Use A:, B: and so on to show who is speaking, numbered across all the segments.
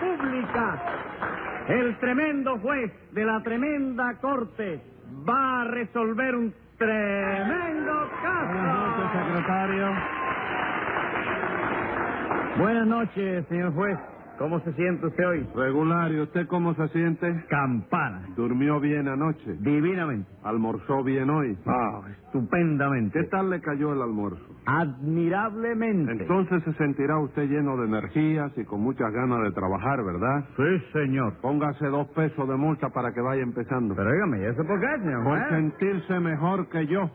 A: Pública. El tremendo juez de la tremenda corte va a resolver un tremendo
B: Buenas noches,
A: caso.
B: secretario.
A: Buenas noches, señor juez. ¿Cómo se siente usted hoy?
B: Regular, ¿y usted cómo se siente?
A: Campana.
B: ¿Durmió bien anoche?
A: Divinamente.
B: ¿Almorzó bien hoy?
A: Ah, estupendamente.
B: ¿Qué tal le cayó el almuerzo?
A: Admirablemente.
B: Entonces se sentirá usted lleno de energías y con muchas ganas de trabajar, ¿verdad?
A: Sí, señor.
B: Póngase dos pesos de multa para que vaya empezando.
A: Pero dígame, ¿y eso por qué, señor
B: Por
A: juez?
B: sentirse mejor que yo.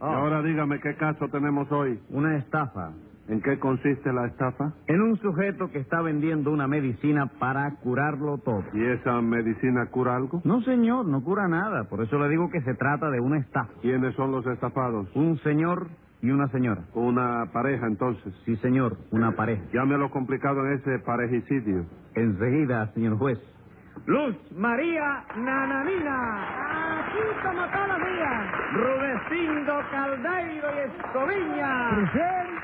A: Ah.
B: Y ahora dígame qué caso tenemos hoy.
A: Una estafa.
B: ¿En qué consiste la estafa?
A: En un sujeto que está vendiendo una medicina para curarlo todo.
B: ¿Y esa medicina cura algo?
A: No, señor, no cura nada. Por eso le digo que se trata de una estafa.
B: ¿Quiénes son los estafados?
A: Un señor y una señora.
B: Una pareja, entonces.
A: Sí, señor, una pareja.
B: Llame a lo complicado en ese parejicidio.
A: Enseguida, señor juez. Luz María Nananina. Así como todos los días. Rudecindo Caldeiro y Escoviña. Presente.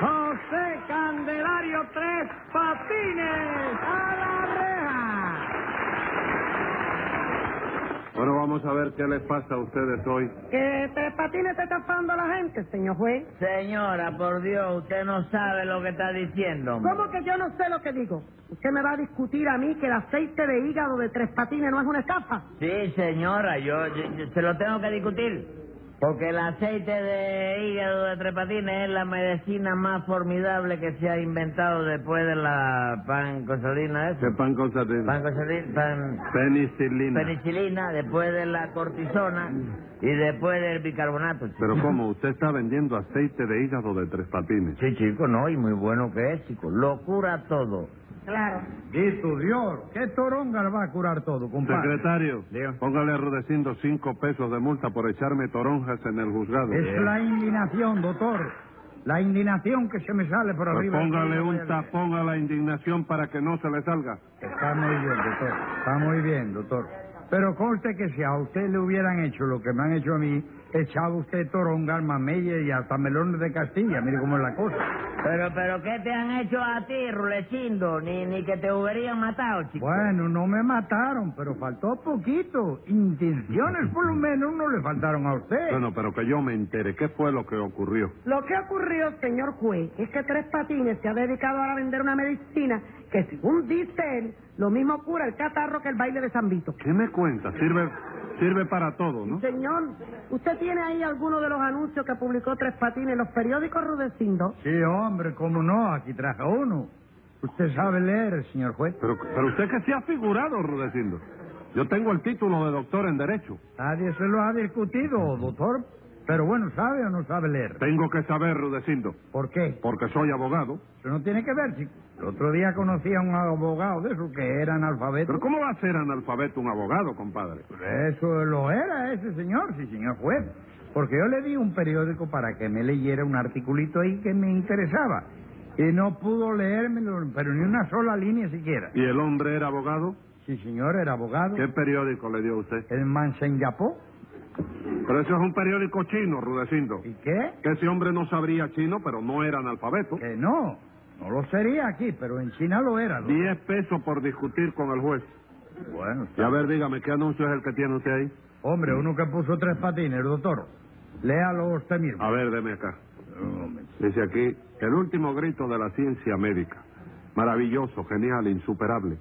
A: José Candelario Tres Patines. A la reja.
B: Bueno, vamos a ver qué les pasa a ustedes hoy.
C: Que Tres Patines está estafando a la gente, señor juez.
D: Señora, por Dios, usted no sabe lo que está diciendo. hombre.
C: ¿Cómo que yo no sé lo que digo? ¿Usted me va a discutir a mí que el aceite de hígado de Tres Patines no es una estafa?
D: Sí, señora, yo, yo- yo se lo tengo que discutir. Porque el aceite de hígado de trepatines es la medicina más formidable que se ha inventado después de la pancosolina
B: ¿Qué
D: esa.
B: pan con sardina?
D: Pancosolina, pan...
B: Penicilina.
D: penicilina, después de la cortisona y después del bicarbonato. chico.
B: Pero ¿cómo? Usted está vendiendo aceite de hígado de tres patines.
D: Sí, chico, no, y muy bueno que es, chico. Lo cura todo.
C: Claro.
E: Dito Dios, ¿qué toronga le va a curar todo, compadre?
B: Secretario,
E: Diga.
B: póngale a Rudecindo cinco pesos de multa por echarme toronjas en el juzgado.
E: Es la indignación, doctor. La indignación que se me sale por
B: Pues
E: arriba.
B: póngale un tapón a la indignación para que no se le salga.
E: Está muy bien, doctor. Está muy bien, doctor. Pero conste que si a usted le hubieran hecho lo que me han hecho a mí, echaba usted toronga, almamella y hasta melones de Castilla. Mire cómo es la cosa.
D: Pero, pero, ¿qué te han hecho a ti, Rulecindo? Ni, ni que te hubieran matado, chico.
E: Bueno, no me mataron, pero faltó poquito. Intenciones por lo menos no le faltaron a usted.
B: Bueno, pero que yo me entere, ¿qué fue lo que ocurrió?
C: Lo que ocurrió, señor juez, es que Tres Patines se ha dedicado ahora a vender una medicina que, según dice él, lo mismo cura el catarro que el baile de San Vito.
B: ¿Qué me cuenta? Sirve, sirve para todo, ¿no?
C: Señor, ¿usted tiene ahí alguno de los anuncios que publicó Tres Patines en los periódicos Rudecindo?
E: Sí, hombre, cómo no, aquí traje uno. Usted sabe leer, señor juez.
B: Pero, pero usted que se ha figurado, Rudecindo. Yo tengo el título de doctor en Derecho.
E: Nadie se lo ha discutido, doctor. Pero bueno, ¿sabe o no sabe leer?
B: Tengo que saber, Rudecindo,
E: ¿Por qué?
B: porque soy abogado.
E: Eso no tiene que ver, chico. El otro día conocí a un abogado de esos que era analfabeto.
B: Pero ¿cómo va a ser analfabeto un abogado, compadre?
E: Eso lo era ese señor, sí, señor juez. Porque yo le di un periódico para que me leyera un articulito ahí que me interesaba. Y no pudo leérmelo, pero ni una sola línea siquiera.
B: ¿Y el hombre era abogado?
E: Sí, señor, era abogado.
B: ¿Qué periódico le dio a usted?
E: El Mansenyapó.
B: Pero eso es un periódico chino, Rudecindo.
E: ¿Y qué?
B: Que ese hombre no sabría chino, pero no era analfabeto.
E: Que no, no lo sería aquí, pero en China lo era. doctor.
B: Diez pesos por discutir con el juez.
E: Bueno,
B: Y a ver, dígame, ¿qué anuncio es el que tiene usted ahí?
E: Hombre, uno que puso tres patines, doctor. Léalo usted mismo.
B: A ver, deme acá. Dice aquí, el último grito de la ciencia médica. Maravilloso, genial, insuperable.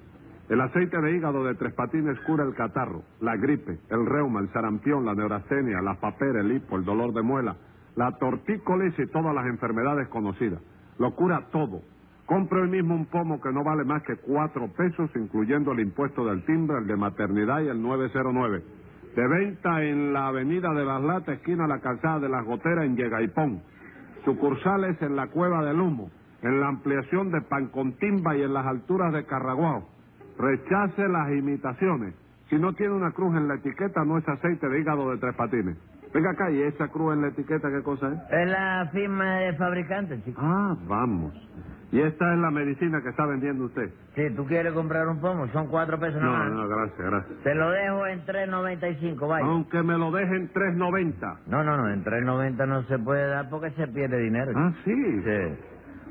B: El aceite de hígado de tres patines cura el catarro, la gripe, el reuma, el sarampión, la neurastenia, la papera, el hipo, el dolor de muela, la tortícolis y todas las enfermedades conocidas. Lo cura todo. Compro hoy mismo un pomo que no vale más que cuatro pesos, incluyendo el impuesto del timbre, el de maternidad y el 909. De venta en la avenida de las Latas, esquina La Calzada de las Goteras, en Yegaipón sucursales en la Cueva del Humo, en la ampliación de Pancontimba y en las alturas de Carraguao. Rechace las imitaciones. Si no tiene una cruz en la etiqueta, no es aceite de hígado de tres patines. Venga acá, ¿y esa cruz en la etiqueta qué cosa es?
D: Es la firma de fabricante, chico.
B: Ah, vamos. Y esta es la medicina que está vendiendo usted.
D: Si tú quieres comprar un pomo, son cuatro pesos
B: No,
D: nada
B: no,
D: más.
B: gracias, gracias.
D: Te lo dejo en 3.95, vaya.
B: Aunque me lo dejen 3.90.
D: No, no, no, en 3.90 no se puede dar porque se pierde dinero.
B: Ah, sí.
D: chico. Sí.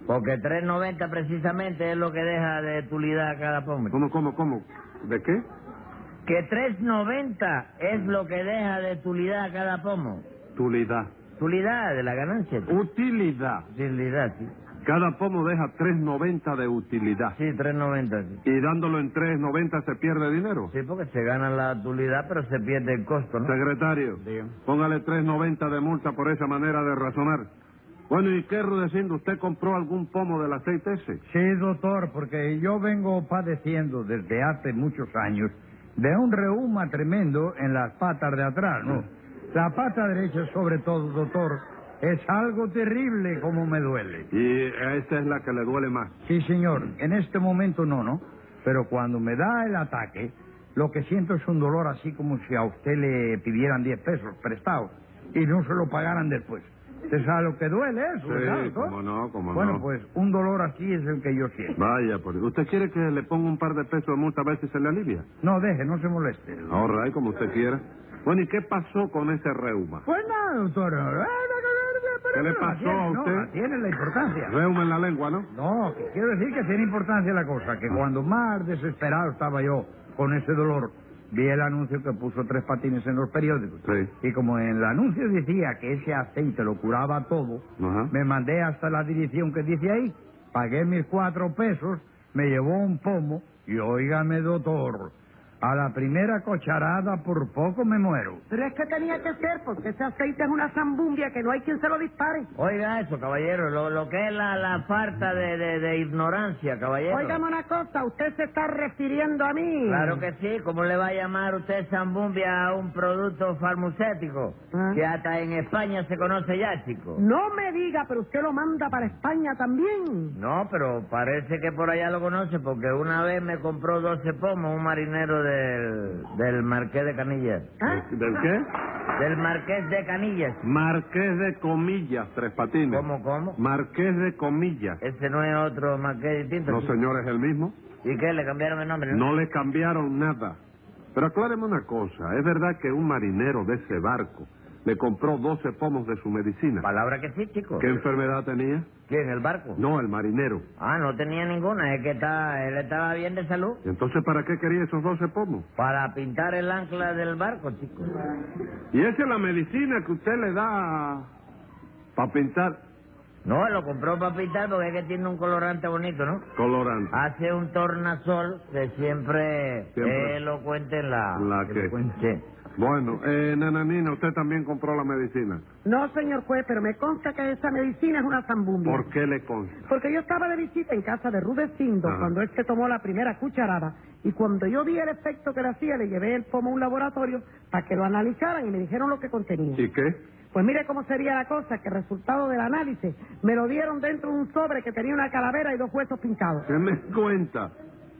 D: Porque 3.90 precisamente es lo que deja de tulidad a cada pobre.
B: ¿Cómo, cómo, cómo? ¿De qué?
D: Que 3.90 es lo que deja de tulidad a cada pomo.
B: Tulidad.
D: Tulidad de la ganancia.
B: Uh.
D: chico.
B: Utilidad.
D: Utilidad, sí.
B: Cada pomo deja 3.90 de utilidad.
D: Sí, 3.90, sí.
B: Y dándolo en 3.90 se pierde dinero.
D: Sí, porque se gana la tulidad, pero se pierde el costo, ¿no?
B: Secretario,
A: Dígame.
B: póngale 3.90 de multa por esa manera de razonar. Bueno, ¿y qué Rudecindo? ¿Usted compró algún pomo del aceite ese?
E: Sí, doctor, porque yo vengo padeciendo desde hace muchos años de un reuma tremendo en las patas de atrás, ¿no? La pata derecha, sobre todo, doctor, es algo terrible como me duele.
B: Y esa es la que le duele más.
E: Sí, señor, en este momento no, ¿no? Pero cuando me da el ataque, lo que siento es un dolor así como si a usted le pidieran 10 pesos prestados y no se lo pagaran después. ¿Usted sabe lo que duele eso,
B: Sí,
E: verdad, doctor?
B: cómo no, cómo
E: bueno,
B: no.
E: pues un dolor así es el que yo siento.
B: Vaya, pues. ¿Usted quiere que le ponga un par de pesos de multa a ver si se le alivia?
E: No, deje, no se moleste.
B: Ahora, right, como usted quiera. Bueno, ¿y qué pasó con ese reuma?
E: Pues nada, doctor.
B: ¿Qué le pasó a usted?
E: tiene la importancia.
B: Reuma en la lengua, ¿no?
E: No, que quiero decir que tiene importancia la cosa, que cuando más desesperado estaba yo con ese dolor, vi el anuncio que puso tres patines en los periódicos.
B: Sí.
E: Y como en el anuncio decía que ese aceite lo curaba todo,
B: Ajá.
E: me mandé hasta la dirección que dice ahí, pagué mis cuatro pesos, me llevó un pomo y óigame, doctor, a la primera cocharada por poco me muero.
C: Pero es que tenía que ser, porque ese aceite es una zambumbia que no hay quien se lo dispare.
D: Oiga eso, caballero, lo, lo que es la, la falta de, de- de ignorancia, caballero.
C: Óigame una cosa, usted se está refiriendo a mí.
D: Claro que sí, ¿cómo le va a llamar usted zambumbia a un producto farmacéutico
C: Ah.
D: que hasta en España se conoce ya, chico?
C: No me diga, pero usted lo manda para España también.
D: No, pero parece que por allá lo conoce porque una vez me compró 12 pomos un marinero del, del Marqués de Canillas.
C: ¿Ah?
B: ¿Del qué?
E: ¿Ah?
D: Del Marqués de Canillas.
B: Marqués de comillas, tres patines.
D: ¿Cómo, cómo?
B: Marqués de comillas.
D: Ese no es otro Marqués distinto.
B: No,
D: chico.
B: señor, es el mismo.
D: ¿Y qué? ¿Le cambiaron el nombre?
B: No le cambiaron nada. Pero acláreme una cosa, ¿es verdad que un marinero de ese barco le compró 12 pomos de su medicina?
D: Palabra que sí, chico.
B: ¿Qué enfermedad tenía?
D: ¿Quién? ¿El barco?
B: No, el marinero.
D: Ah, no tenía ninguna, es que está, él estaba bien de salud.
B: ¿Y Entonces, ¿para qué quería esos 12 pomos?
D: Para pintar el ancla del barco, chico.
B: Y esa es la medicina que usted le da para pintar
D: No, lo compró para pintar porque es que tiene un colorante bonito, ¿no?
B: colorante.
D: Hace un tornasol que siempre,
B: Siempre.
D: eh, lo cuenta en la...
B: ¿La qué?
D: elocuente.
B: Bueno, eh, nananina, usted también compró la medicina.
C: No, señor juez, pero me consta que esa medicina es una zambumbia.
B: ¿Por qué le consta?
C: Porque yo estaba de visita en casa de Rudecindo
B: Ajá.
C: cuando él se tomó la primera cucharada y cuando yo vi el efecto que le hacía le llevé el pomo a un laboratorio para que lo analizaran y me dijeron lo que contenía.
B: ¿Y qué?
C: Pues mire cómo sería la cosa, que el resultado del análisis me lo dieron dentro de un sobre que tenía una calavera y dos huesos pintados.
B: ¿Qué me cuenta?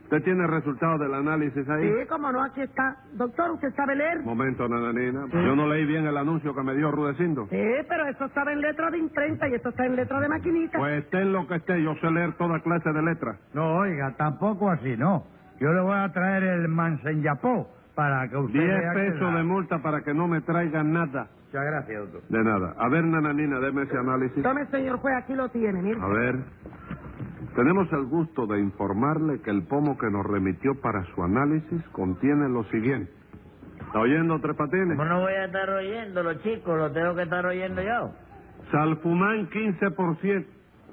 B: ¿Usted tiene el resultado del análisis ahí?
C: Sí, como no, aquí está. Doctor, ¿usted sabe leer?
B: Momento, nananina. Yo no leí bien el anuncio que me dio Rudecindo.
C: Sí, pero eso estaba en letra de imprenta y esto está en letra de maquinita.
B: Pues esté en lo que esté, yo sé leer toda clase de letras.
E: No, oiga, tampoco así, no. Yo le voy a traer el mansenyapó para que usted...
B: Diez
E: vea que
B: pesos
E: la-
B: de multa para que no me traigan nada.
E: Muchas gracias, doctor.
B: De nada. A ver, nananina, deme ese análisis.
C: Tome, señor juez, aquí lo tiene, mire.
B: A ver. Tenemos el gusto de informarle que el pomo que nos remitió para su análisis contiene lo siguiente. ¿Está oyendo, Tres Patines?
D: ¿Cómo no voy a estar oyéndolo, chicos? Lo tengo que estar oyendo yo.
B: Salfumán 15%.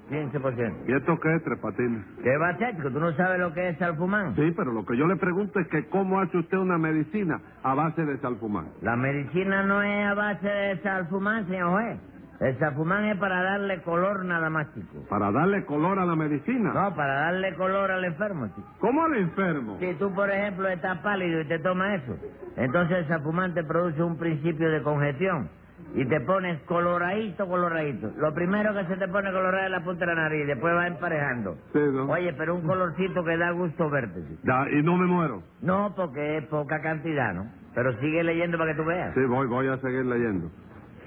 D: 15%.
B: ¿Y esto qué es, Tres Patines?
D: ¿Qué va a ser, chico? ¿Tú no sabes lo que es salfumán?
B: Sí, pero lo que yo le pregunto es que cómo hace usted una medicina a base de salfumán.
D: La medicina no es a base de salfumán, señor juez. El salfumán es para darle color nada más, chico.
B: Para darle color a la medicina.
D: No, para darle color al enfermo, chico.
B: ¿Cómo al enfermo?
D: Si tú, por ejemplo, estás pálido y te tomas eso, entonces el salfumán te produce un principio de congestión y te pones coloradito, coloradito. Lo primero que se te pone colorado es la punta de la nariz, después va emparejando.
B: Sí, ¿no?
D: Oye, pero un colorcito que da gusto verte. chico.
B: Ya, y no me muero.
D: No, porque es poca cantidad, ¿no? Pero sigue leyendo para que tú veas.
B: Sí, voy, voy a seguir leyendo.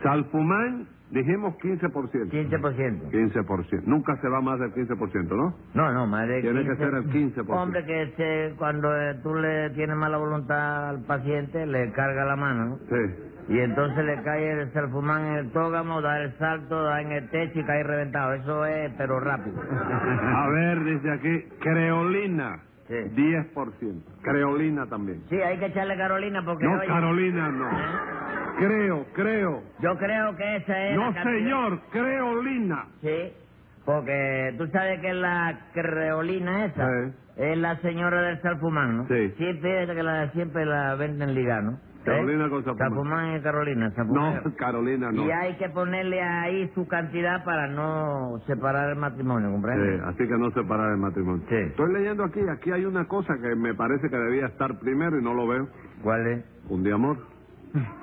B: Salfumán Dijimos 15%.
D: 15%.
B: 15%. Nunca se va más del 15%, ¿no?
D: No, no, más de
B: Tiene que ser el 15%.
D: Hombre, que se- cuando eh, tú le tienes mala voluntad al paciente, le carga la mano, ¿no?
B: Sí.
D: Y entonces le cae el salfumán en el tógamo, da el salto, da en el techo y cae reventado. Eso es, pero rápido.
B: A ver, dice aquí, creolina,
D: Sí.
B: 10%. Creolina también.
D: Sí, hay que echarle Carolina porque...
B: No,
D: oye,
B: Carolina, no. Creo, creo.
D: Yo creo que esa es...
B: No,
D: la cantidad-
B: señor, creolina.
D: Sí, porque tú sabes que la creolina esa
B: Sí.
D: es la señora del salfumán, ¿no?
B: Sí.
D: Siempre, que la, siempre la venden ligada, ¿no? ¿Eh?
B: Carolina con salfumán.
D: Salfumán y Carolina, salfumán.
B: No, Carolina, no.
D: Y hay que ponerle ahí su cantidad para no separar el matrimonio,
B: Sí,
D: ¿comprendes?
B: así que no separar el matrimonio.
D: Sí.
B: Estoy leyendo aquí, aquí hay una cosa que me parece que debía estar primero y no lo veo.
D: ¿Cuál es?
B: Un diamor.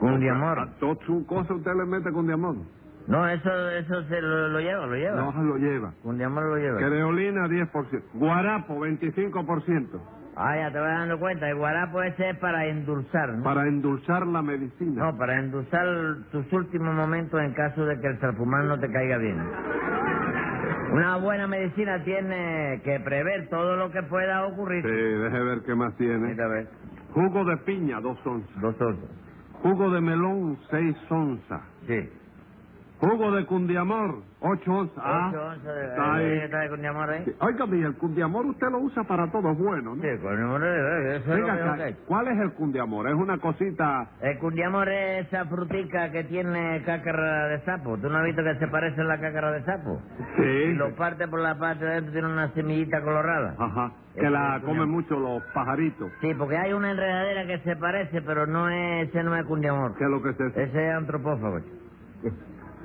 D: Un diamor.
B: A todas sus cosas usted le mete con diamor.
D: No, eso eso se lo, lo lleva, lo lleva.
B: No lo lleva.
D: Un diamor lo lleva.
B: Creolina 10%. Guarapo 25%.
D: Ah, ya te vas dando cuenta. El guarapo ese es para endulzar, ¿no?
B: Para endulzar la medicina.
D: No, para endulzar tus últimos momentos en caso de que el salfumán no te caiga bien. Una buena medicina tiene que prever todo lo que pueda ocurrir.
B: Sí, deje ver qué más tiene.
D: Mira, a ver,
B: Jugo de piña 2 onzas.
D: dos osos.
B: Jugo de melón 6 onzas.
D: Sí.
B: Jugo de cundiamor 8 onzas. Ah,
D: Ocho onzas de-
B: está
D: eh,
B: ahí.
D: está ahí con mi amor ahí?
B: Sí. Oiga, mire, el cundiamor usted lo usa para todo, es bueno, ¿no?
D: Sí, con amor, eh, eso es lo
B: Venga
D: que
B: acá,
D: yo te he hecho.
B: ¿cuál es el cundiamor? Es una cosita...
D: El cundiamor es esa frutica que tiene cácara de sapo. ¿Tú no has visto que se parece a la cácara de sapo?
B: Sí. Ah.
D: Y lo parte por la parte de dentro, tiene una semillita colorada.
B: Ajá, que
D: Eso
B: la
D: es un
B: comen
D: amor.
B: mucho los pajaritos.
D: Sí, porque hay una enredadera que se parece, pero no es, ese no es cundiamor.
B: Que es lo que se...
D: Ese es antropófago. chico.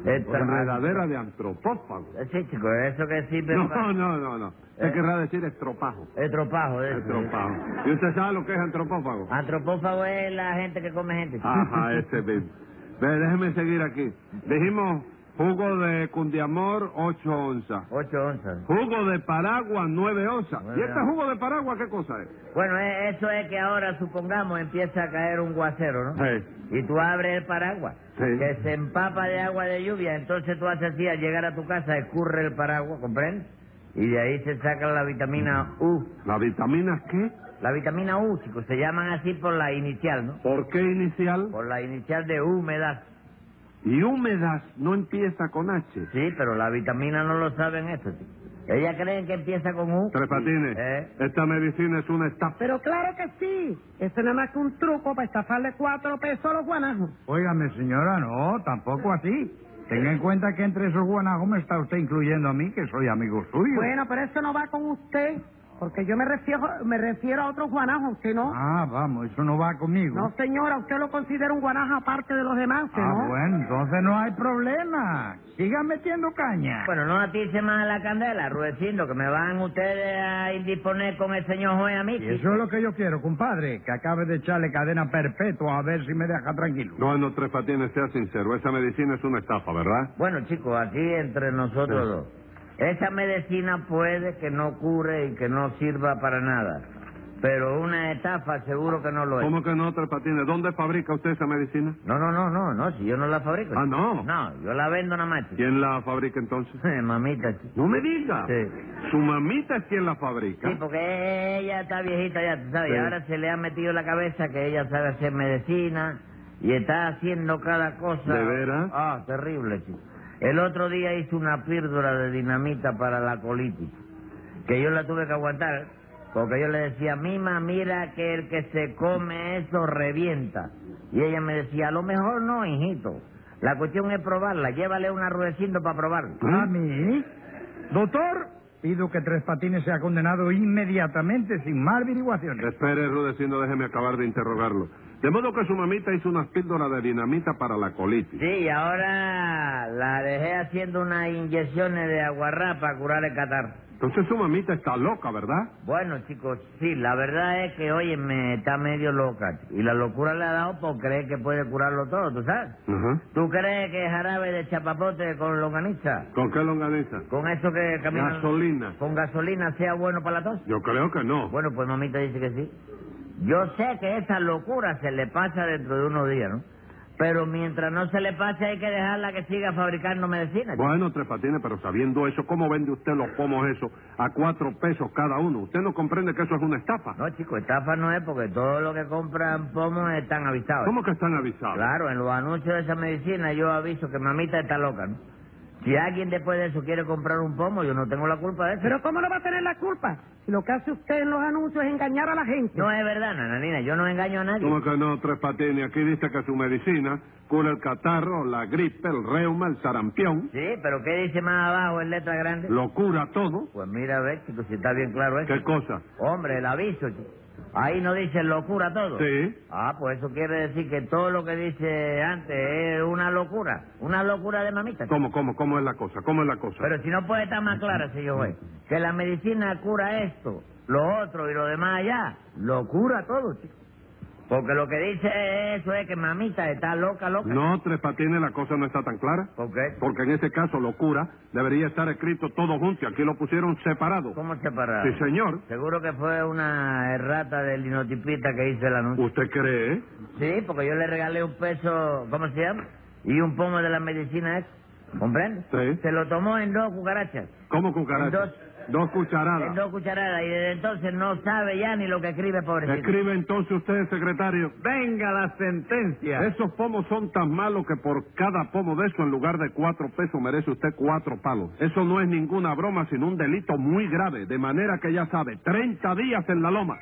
D: Esta-
B: Enredadera de antropófago.
D: Eh, Sí, chico, eso que sirve
B: No,
D: para...
B: no, no, no. Se
D: Eh.
B: querrá decir estropajo.
D: Estropajo, eso.
B: Estropajo. ¿Y usted sabe lo que es antropófago?
D: Ah, Antropófago es la gente que come gente. chico.
B: Ajá, este ese mismo. Ve, déjeme seguir aquí. Dijimos jugo de cundiamor, 8 onzas.
D: Ocho onzas.
B: Jugo de paraguas, 9 onzas.
D: Nueve
B: ¿Y este
D: onzas.
B: jugo de paraguas qué cosa es?
D: Bueno, e- eso es que ahora, supongamos, empieza a caer un guacero, ¿no?
B: Sí.
D: Y tú abres el paraguas,
B: Sí.
D: que se empapa de agua de lluvia, entonces tú haces así, al llegar a tu casa, escurre el paraguas, ¿comprendes? Y de ahí se saca la vitamina U.
B: ¿La vitamina qué?
D: La vitamina U, chicos, se llaman así por la inicial, ¿no?
B: ¿Por qué inicial?
D: Por la inicial de humedad.
B: Y húmedas no empieza con H.
D: Sí, pero la vitamina no lo saben eso, chico. Ellas creen que empieza con U.
B: Tres patines.
D: Eh.
B: Esta medicina es una estafa.
C: Pero claro que sí. Eso no es más que un truco para estafarle cuatro pesos a los guanajos.
E: Óigame, señora, no, tampoco así. Tenga en cuenta que entre esos guanajos me está usted incluyendo a mí, que soy amigo suyo.
C: Bueno, pero eso no va con usted. Porque yo me refiero, me refiero a otros guanajos, ¿usted no?
E: Ah, vamos, eso no va conmigo.
C: No, señora, usted lo considera un guanajo aparte de los demás, ¿usted
E: ah,
C: no?
E: bueno, entonces no hay problema. Siga metiendo caña.
D: Bueno, no atice más a la candela, Ruedecindo, que me van ustedes a indisponer con el señor Juan a mí.
E: Y eso es lo que yo quiero, compadre, que acabe de echarle cadena perpetua a ver si me deja tranquilo.
B: No, no, Tres Patines, sea sincero. Esa medicina es una estafa, ¿verdad?
D: Bueno, chicos, aquí entre nosotros dos. Esa medicina puede que no cure y que no sirva para nada. Pero una estafa seguro que no lo es.
B: ¿Cómo que no, Tres Patines? ¿Dónde fabrica usted esa medicina?
D: No, no, no, no, no, si yo no la fabrico.
B: Ah,
D: chico.
B: no.
D: No, yo la vendo nada más, chico.
B: ¿Quién la fabrica entonces?
D: Mamita, chico.
B: No me diga.
D: Sí.
B: Su mamita es quien la fabrica.
D: Sí, porque ella está viejita ya, tú sabes,
B: Sí.
D: y ahora se le ha metido en la cabeza que ella sabe hacer medicina y está haciendo cada cosa.
B: ¿De veras?
D: Ah, terrible, chico. El otro día hizo una píldora de dinamita para la colitis, que yo la tuve que aguantar, porque yo le decía, Mima, mira que el que se come eso revienta. Y ella me decía, a lo mejor no, hijito. La cuestión es probarla, llévale una ruedecindo para probarlo.
E: ¿A mí? Doctor, pido que Tres Patines sea condenado inmediatamente sin más averiguaciones.
B: Espere, Rudecindo, déjeme acabar de interrogarlo. De modo que su mamita hizo unas píldoras de dinamita para la colitis.
D: Sí, y ahora la dejé haciendo unas inyecciones de aguarrá para curar el catarro.
B: Entonces su mamita está loca, ¿verdad?
D: Bueno, chicos, sí, la verdad es que, oye, me está medio loca. Y la locura le ha dado por creer que puede curarlo todo, ¿tú sabes?
B: Ajá.
D: ¿Tú crees que jarabe de chapapote con longaniza?
B: ¿Con qué longaniza?
D: ¿Con eso que camina?
B: Gasolina.
D: ¿Con gasolina sea bueno para la tos?
B: Yo creo que no.
D: Bueno, pues mamita dice que sí. Yo sé que esa locura se le pasa dentro de unos días, ¿no? Pero mientras no se le pase hay que dejarla que siga fabricando medicina. chico.
B: Bueno, Tres Patines, pero sabiendo eso, ¿cómo vende usted los pomos esos a cuatro pesos cada uno? ¿Usted no comprende que eso es una estafa?
D: No, chico, estafa no es porque todo lo que compran pomos están avisados.
B: ¿Cómo que están avisados?
D: Claro, en los anuncios de esa medicina yo aviso que mamita está loca, ¿no? Si alguien después de eso quiere comprar un pomo, yo no tengo la culpa de eso.
C: Pero ¿cómo no va a tener la culpa? Si lo que hace usted en los anuncios es engañar a la gente.
D: No es verdad, nananina, yo no engaño a nadie.
B: ¿Cómo que no, Tres Patines? Aquí dice que su medicina cura el catarro, la gripe, el reuma, el sarampión.
D: Sí, pero ¿qué dice más abajo en letra grande?
B: Lo cura todo.
D: Pues mira, a ver, chico, si está bien claro eso.
B: ¿Qué cosa?
D: Hombre, el aviso, chico. Ahí no dice locura todo.
B: Sí.
D: Ah, pues eso quiere decir que todo lo que dice antes es una locura. Una locura de mamita. chico.
B: ¿Cómo, cómo, cómo es la cosa? ¿Cómo es la cosa?
D: Pero si no puede estar más clara, señor juez, que la medicina cura esto, lo otro y lo demás allá, lo cura todo, chico. Porque lo que dice eso es que mamita está loca, loca.
B: No, Tres Patines, la cosa no está tan clara.
D: ¿Por qué?
B: Porque en ese caso, locura, debería estar escrito todo junto. y Aquí lo pusieron separado.
D: ¿Cómo separado?
B: Sí, señor.
D: Seguro que fue una errata del linotipista que hizo el anuncio.
B: ¿Usted cree?
D: Sí, porque yo le regalé un peso, ¿cómo se llama? Y un pomo de la medicina esa. ¿Comprende?
B: Sí.
D: Se lo tomó en dos cucarachas.
B: ¿Cómo cucaracha?
D: Dos. En
B: cucharadas.
D: dos cucharadas. Y desde entonces no sabe ya ni lo que escribe, pobrecito.
B: Escribe entonces usted, secretario.
A: Venga la sentencia.
B: Esos pomos son tan malos que por cada pomo de eso, en lugar de cuatro pesos, merece usted cuatro palos. Eso no es ninguna broma, sino un delito muy grave. De manera que ya sabe, 30 días en la loma.